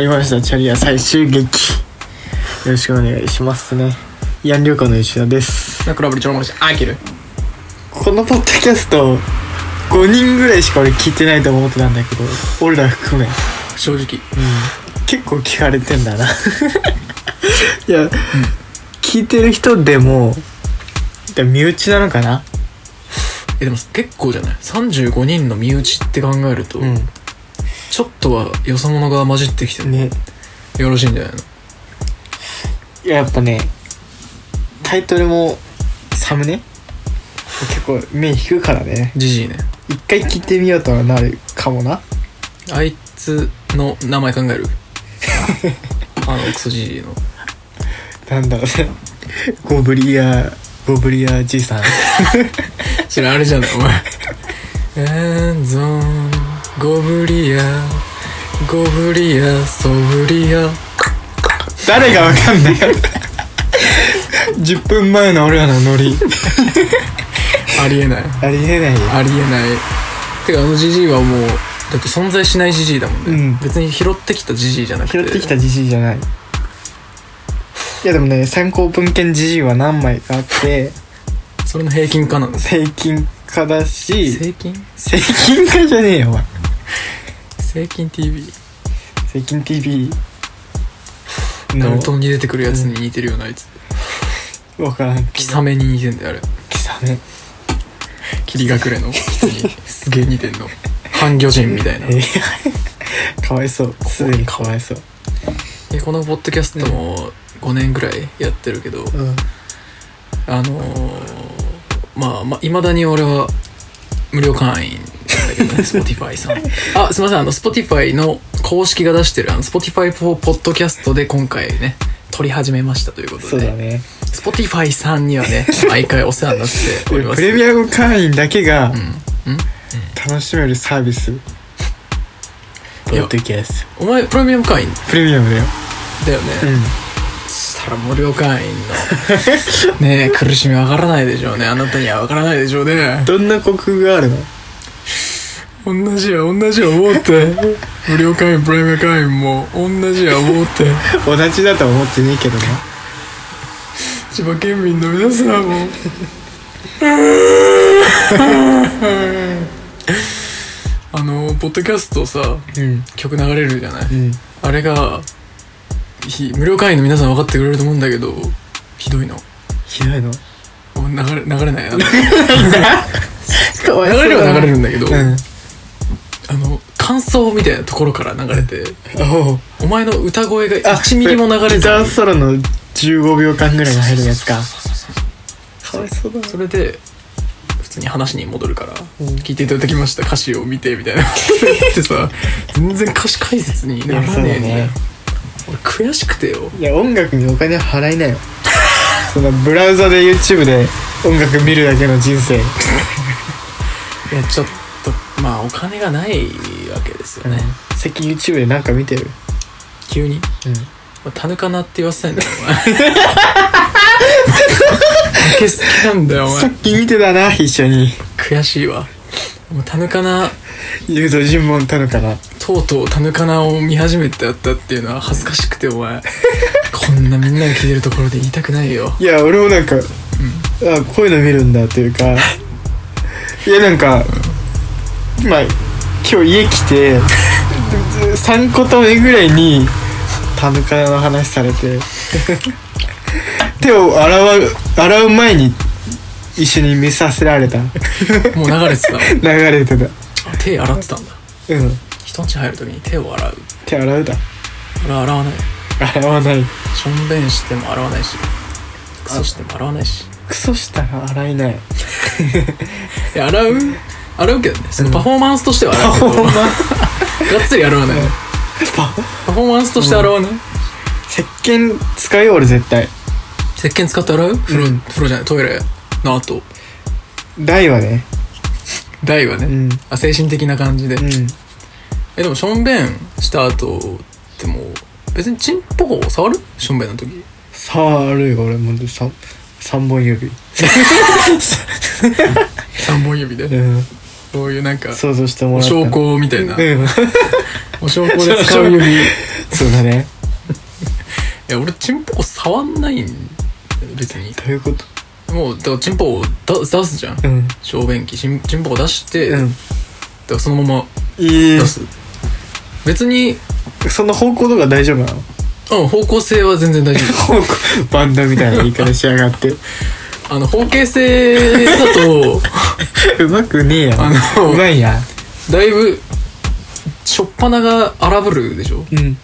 りましたチャリア最終劇よろしくお願いしますねヤンリョカの石田ですナクラブルチョロマルシアキルこのポッドキャスト5人ぐらいしか俺聞いてないと思ってたんだけど俺ら含め正直結構聞かれてんだな いや、聞いてる人でもでも身内なのかなえでも結構じゃない35人の身内って考えると、ちょっとはよそ者が混じってきてねよろしいんじゃないのいややっぱねタイトルもサムネ結構目引くからねジジイね一回聞いてみようとはなるかもなあいつの名前考えるあのクソジジイのなんだろうねゴブリアゴブリアじいさん知らんあれじゃないお前エンゾンゴブリアゴブリアソブリア誰がわかんない10分前の俺らのノリありえないありえないよありえないてかあのジジイはもうだって存在しないジジイだもんね、うん別に拾ってきたジジイじゃなくて拾ってきたじじいじゃないいやでもね参考文献じじいは何枚かあってそれの平均化なんです平均化だし平均平均化じゃねえよお前平均 TV 平均 TV ナルのトに出てくるやつに似てるよなあいつわからん貴様に似てんだよあれ刻め霧隠れの 人にすげえ似てんの半魚人みたいなえ ーかわいそうすでにかわいそうえこのポッドキャストも5年ぐらいやってるけど、うんあのー、まあまあいまだに俺は無料会員なんだ けどね Spotify さんあすいませんあの Spotify の公式が出してるあの Spotify for Podcast で今回ね撮り始めましたということそうで、だね Spotify さんにはね毎回お世話になっており まプすレミアム会員だけがうん楽しめるサービスいやポッドキャストお前プレミアム会員プレミアムだよだよね、うそしたら無料会員のねえ苦しみわからないでしょうねあなたにはわからないでしょうねんどんな国空があるの同じや同じや思うて無料会員プレミアム会員も同じや思うて同じだとは思ってねえけどな千葉県民の皆さんもあのポッドキャストさうん曲流れるじゃないうんあれがひ無料会員の皆さん分かってくれると思うんだけどひどいのひどいのもう流れ流れないな流かわれるは流れるんだけど、うんあの感想みたいなところから流れておうお前の歌声が1ミリも流れずギターソロの15秒間ぐらいが入るやつかそうそうそうそうかわいそうだそれで普通に話に戻るから「うん聞いていただきました歌詞を見て」みたいなってさ全然歌詞解説にならねえんだよいや俺悔しくてよいや音楽にお金払いなよそのブラウザで YouTube で音楽見るだけの人生いやちょっとまあお金がないわけですよね、最近 YouTube でなんか見てる急にうんまあ「タヌカナ」って言わせたいんだよお前酒好きなんだよおさ前っき見てたな一緒に悔しいわもうタヌカナ誘導尋問たのかなとうとうタヌカナを見始めてあったっていうのは恥ずかしくてお前こんなみんなが聞いてるところで言いたくないよいや俺もなんか、あこういうの見るんだというかいやなんか、まあ今日家来て3個と目ぐらいにタヌカナの話されて手を洗う洗う前に一緒に見させられたもう流れてた 流れてたあ手洗ってたんだうん人んち入るときに手を洗う手洗うだ俺洗わない洗わないしょんべんしても洗わないしクソしても洗わないしクソしたら洗えないいや洗う洗うけどねそのパフォーマンスとしては洗うけど、ほんまがっつり洗わないパフォーマンスとして洗わない、石鹸使うよ俺絶対石鹸使って洗う風呂、うん風呂じゃないトイレの後台はね台はね、うんあ精神的な感じで、うんえでもしょんべんした後ってもう別にチンポを触るしょんべんの時触るよ俺もでさ三本指3本指でうんこういうなんか想像してもおらった証拠みたいなうん お証拠で使う指そうだねいや俺チンポ触んないんだよ別にどういうこともうだからチンポを出出すじゃんうん小便器チンチンポを出して、うだかんらそのままいい出す、別にその方向とか大丈夫なのうん方向性は全然大丈方向バンドみたいな言い方しやがって 夫あの方形性だとうまくねえやんあの うまいやだいぶしょっぱなが荒ぶるでしょうん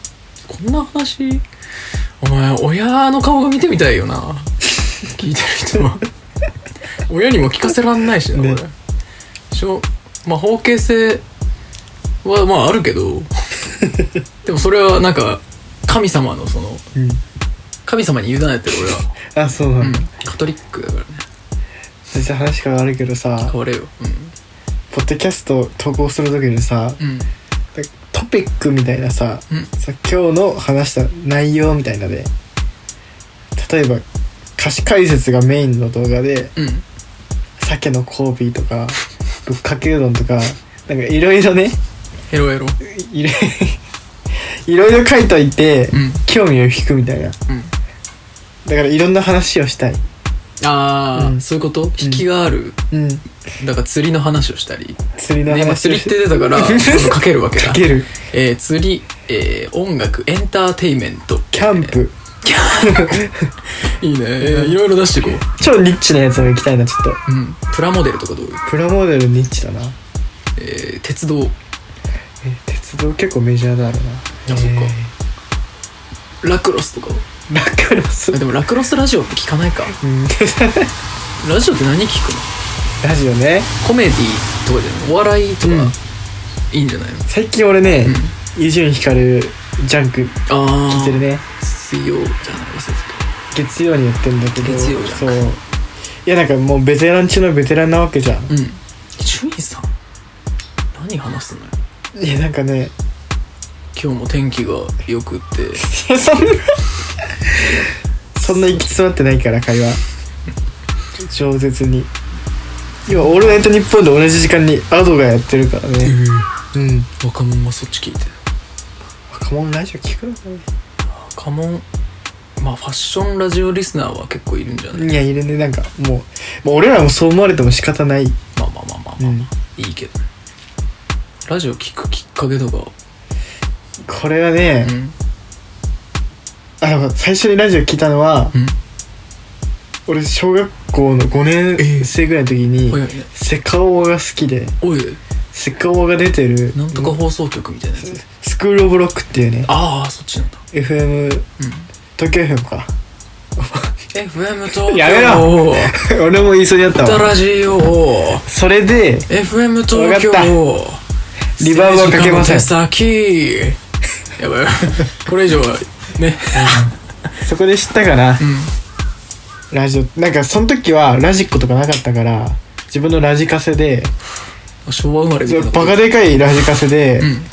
こんな話お前親の顔が見てみたいよな 聞いてる人は親にも聞かせらんないしな、ねこれしょまあ方形性はまあある けどでもそれはなんか神様のそのうん神様に委ねてる俺は、あそうなうんんだ、、カトリックだからね実際話変わるけどさ変われよポッドキャスト投稿する時にさうんうんトピックみたいなさうんさ今日の話した内容みたいなで例えば歌詞解説がメインの動画でうん鮭のコービーとかぶっかけうどんとかなんかいろいろねヘロヘロいろいろ いろ書いといてうん興味を引くみたいなだうんからいろんな話をしたいああ、うんそういうこと引きがある、うんだから釣りの話をしたり釣りので今話釣をりっして出 たからかけるわけだか、けるえー釣り、えー音楽エンターテインメントキャンプいいね、えーいろいろ出していこう、超ニッチなやつも行きたいなちょっとうん、プラモデルとかどういう、プラモデルニッチだなえー鉄道え鉄道結構メジャーだろうなあそっかラクロスとかえーラクロス、うあでもラクロスラジオって聞かないかんラジオって何聞くのラジオねコメディとかじゃないお笑いとか、うんいいんじゃないの最近俺ね伊集院光ジャンクああ聞いてるね水曜じゃない忘れ月曜にやってんだけど月曜じゃんそういやなんかもうベテラン中のベテランなわけじゃんてたうん伊集院さん何話すのよいやなんかね 今日も天気が良くっていやそんなそんな行き詰まってないから会話超絶に今「オールナイトニッポン」で同じ時間にアドがやってるからねうん若者はそっち聞いてる若者ラジオ聞くのか若者まあファッションラジオリスナーは結構いるんじゃない、ないやいるねなんかもうもう俺らもそう思われても仕方ない、まあまあまあまあ、うん、いいけどねラジオ聞くきっかけとか、これはうね、ん、あの最初にラジオ聞いたのは、うん俺小学校の5年生ぐらいの時に、おいおいねセカオワが好きでおいセカオワが出てるなんとか放送局みたいなやつ、スクール・オブ・ロックっていうねああそっちなんだ FM うん東京 FM か FM 東京やめろ俺も言いそうになった歌わラジオそれで FM 東京わかリバーブはかけません政治家の手先やばいこれ以上はねそこで知ったからうんラジオなんかその時はラジコとかなかったから自分のラジカセで昭和生まれみたいなバカでかいラジカセで、うん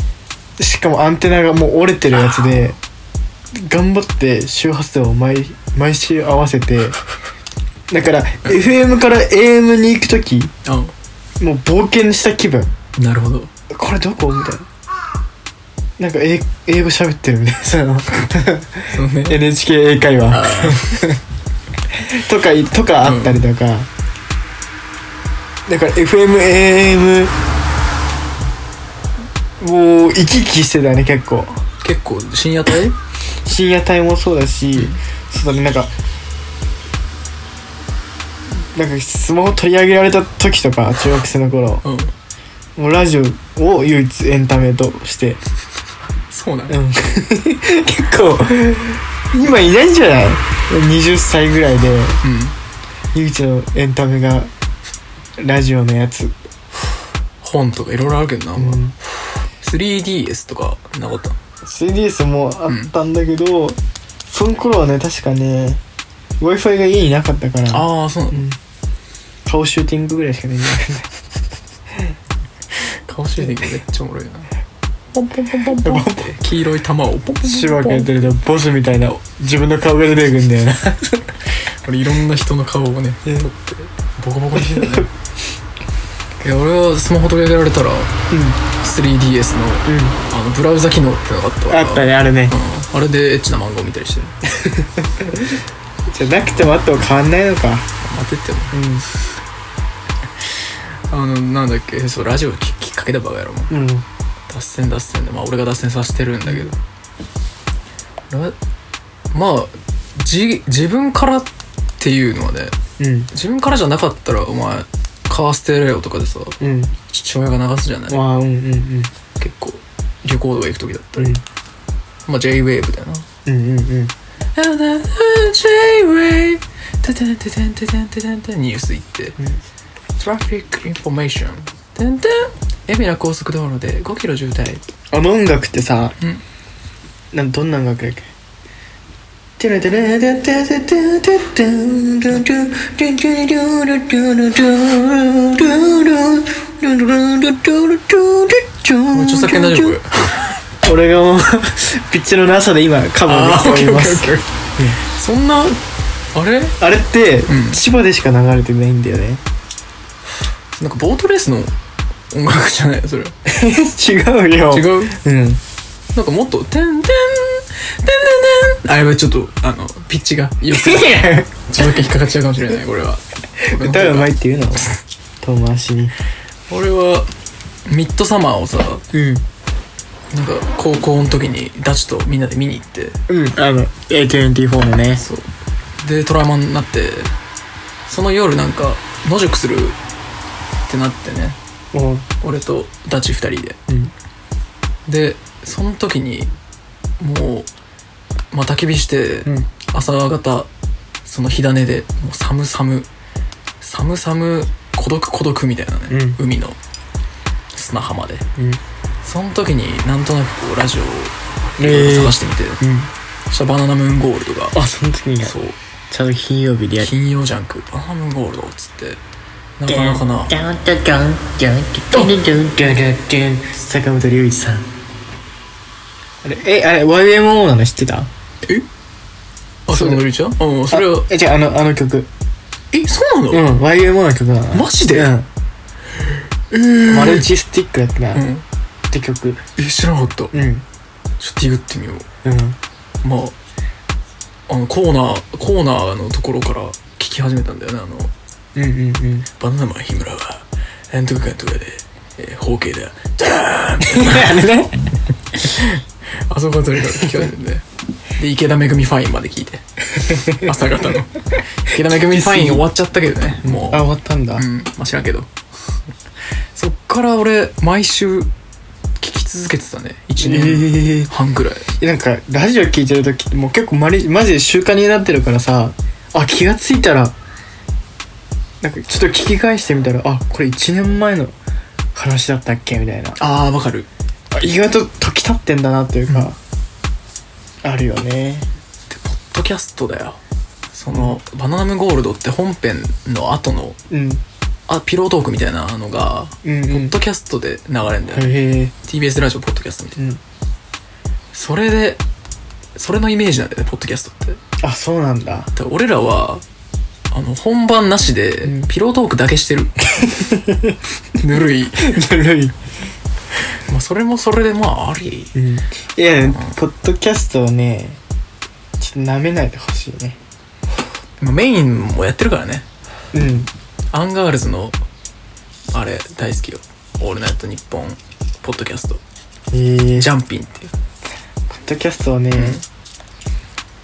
しかもアンテナがもう折れてるやつで頑張って周波数を毎毎週合わせてだから FM から AM に行く時あもう冒険した気分なるほどこれどこみたいななんか英英語喋ってるみたいなそのそのね NHK 英会話あー とかとかあったりとか、だから FMAM もう行き来してたね結構結構深夜帯深夜帯もそうだし、そうだねなんかなんかスマホ取り上げられた時とか中学生の頃うんもうラジオを唯一エンタメとして、そうなの、うん 結構今いないんじゃない20歳ぐらいでうん唯一のエンタメがラジオのやつ、本とかいろいろあるけどな、うまあん、 3DS とかなかった 3DS もあったんだけど、その頃はね確かね w i f i が家になかったからああそうなのうん顔シューティングぐらいしかできなかっ顔シューティングめっちゃおもろいなポンポンポンポンポンって黄色い球をポンポンポンた芝ポ君やンっっててるとボスみたいな自分の顔が出てくんだよなこれいろんな人の顔をねうん 撮ってボコボコにしてたねいや俺はスマホ取り上げられたら 3DS の,、あのブラウザ機能ってのがあったかあらったねあるねうんあれでエッチな漫画を見たりしてるじゃなくてもあっても変わんないのか待ってってもあのなんだっけそうラジオききっかけだバカ野郎もうんうん脱線脱線でまあ俺が脱線させてるんだけどラまあじ自分からっていうのはねうん自分からじゃなかったらお前カーステレオとかでさうん父親が流すじゃないまあうんうんうん結構旅行とか行く時だったうり、んまあ J-WAVE だよなうんうんうん「J-WAVE」「テテンテテンテテンテテンテン」ニュース行って「トラフィックインフォメーション」「テンテン」「海老名高速道路で5キロ渋滞」あの音楽ってさ、うんなんどんな音楽だっけテレテレテテテテテテテンテンテンテンテンテンテンテンテンテンテンめっちゃ叫んだじゃんこれ俺がもう ピッチのなさで今カバーできておりますーオッケーオッケーオッケーそんなあれあれって、うん千葉でしか流れてないんだよね なんかボートレースの音楽じゃないそれ違うよ違うううんなんかもっと「てんてんてんてんてん」あやばいちょっとあのピッチがよすぎる自分だけ引っかかっちゃうかもしれないこれは歌がうまいって言うの遠回しに俺はミッドサマーをさうんなんか高校の時にダチとみんなで見に行ってうんあの A24 のねそうでトラウマになってその夜なんか野宿するってなってねもう俺とダチ2人でうんでその時にもうまあ焚き火して、うん朝方その火種でもう寒寒寒寒孤独孤独みたいなね、う海の砂浜でうんその時になんとなくこうラジオをえー探してみて、うんそしたらバナナムーンゴールドがあ、その時にやそうちゃんと金曜日でやっ金曜ジャンクバナナムーンゴールドっつってなかなかなダンダンダンダンダンダンダンダンダンダン坂本龍一さんあれえあれ YMO なの知ってたえあそれのりちゃんうんそれはあえ違うあのあの曲えそうなの、うん YMO の曲なのマジでうんマルチスティックだっけな、うんって曲え知らなかったうんうんちょっとディグってみよう。まあ、あの、コーナー、コーナーのところから聞き始めたんだよね。あの、うんうんうんバナナマン日村は、なんとかかんとかで、えー、包茎だ。ダラー ンあれねあそこから聞き始めて ね。で、池田めぐみファインまで聞いて。朝方の。池田めぐみファイン終わっちゃったけどね。もあ終わったんだ、う、うん、まあ知らんけど。そっから俺、毎週、聞き続けてたね。1年ええ半くらい。なんかラジオ聞いてる時ってもう結構マリマジで習慣になってるからさあ気がついたらなんかちょっと聞き返してみたらあこれ1年前の話だったっけみたいなああ、わかる。あ意外と時経ってんだなというか、あるよねポッドキャストだよその「バナナムゴールド」って本編の後のうんあピロートークみたいなのが、うんポうッんドキャストで流れるんだよ、ねへえ TBS ラジオポッドキャストみたいなうんそれでそれのイメージなんだよねポッドキャストってだあそうなんだから俺らはあの本番なしでうんピロートークだ けしてる、ぬるい、ぬるい、まあ、それもそれでまあありうん、いやポッドキャストをねちょっと舐めないでほしいねまあメインもやってるからねうんアンガールズのあれ大好きよ「オールナイトニッポン」ポッドキャストええジャンピンっていうポッドキャストはね、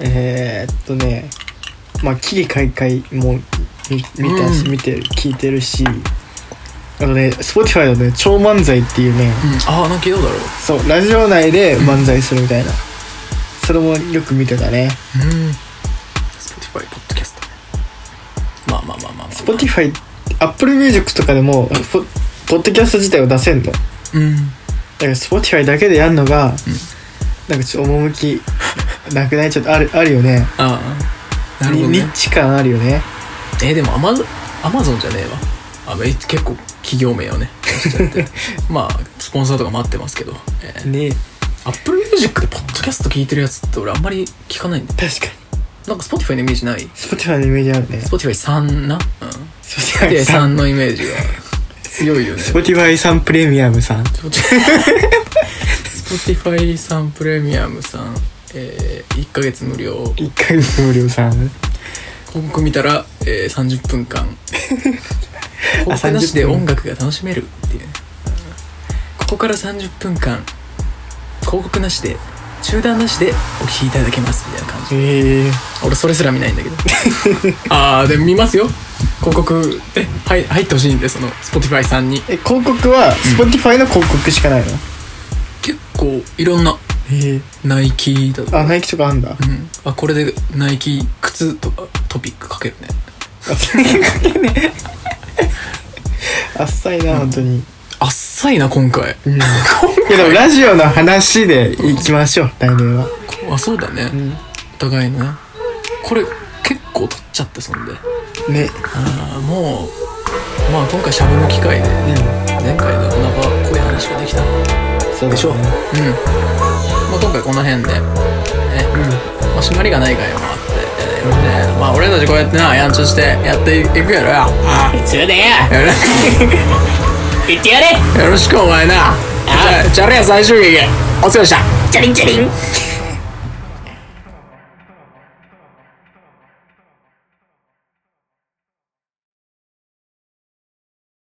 えー、っとねまあキリカイカイも見見たし、うん見てる聞いてるしあとね Spotify のね超漫才っていうねうん、ああなんか聞いたことあるそうラジオ内で漫才するみたいな、それもよく見てたねうん Spotify ポッドキャストねまあまあまあまあまあ Spotify Apple Music とかでもポポッドキャスト自体を出せんのだかうんら Spotify だけでやるのが、なんかちょっと趣なくないちょっとあるあるよねああなるほどニねッチ感あるよねえーでもアマゾアマゾンじゃねえわあめ結構企業名をね出しちゃって まあスポンサーとか待ってますけど、えー、ね Apple Music でポッドキャスト聞いてるやつって俺あんまり聞かないんだ確かになんか Spotify のイメージない Spotify のイメージあるね Spotify3 な、うん、 Spotify でさ3んのイメージが強いよね Spotify さんプレミアムさん Spotify さんプレミアムさん、えー、1ヶ月無料一回無料さん広告見たら、えー、30分間広告なしで音楽が楽しめるっていうねここから30分間広告なしで中断なしでお聴きいただけますみたいな感じええ俺それすら見ないんだけどああでも見ますよ広告えはい入ってほしいんでその Spotify さんにえ広告は Spotify の広告しかないの、結構いろんなええナイキだとあナイキと かあんだうん、あこれでナイキ靴とかトピックかけるねあそれにかけねあっさいな本当に、あっさいな今回うん、いやでもラジオの話でいきましょう来年はあそうだね、んお互いのねこれ結構取っちゃってそんでねあーもうまあ今回しゃぶの機会で前回でなかなか濃い話ができたそうでしょう、うんまあ、今回この辺で、ねまあ、締まりがない回もあって、えーねまあ俺たちこうやってなやんちゃしてやっていくやろよあそれでよろ言ってやれよろしくお前なじゃあじゃあれや最終劇お疲れ様でしたチャリンチャリン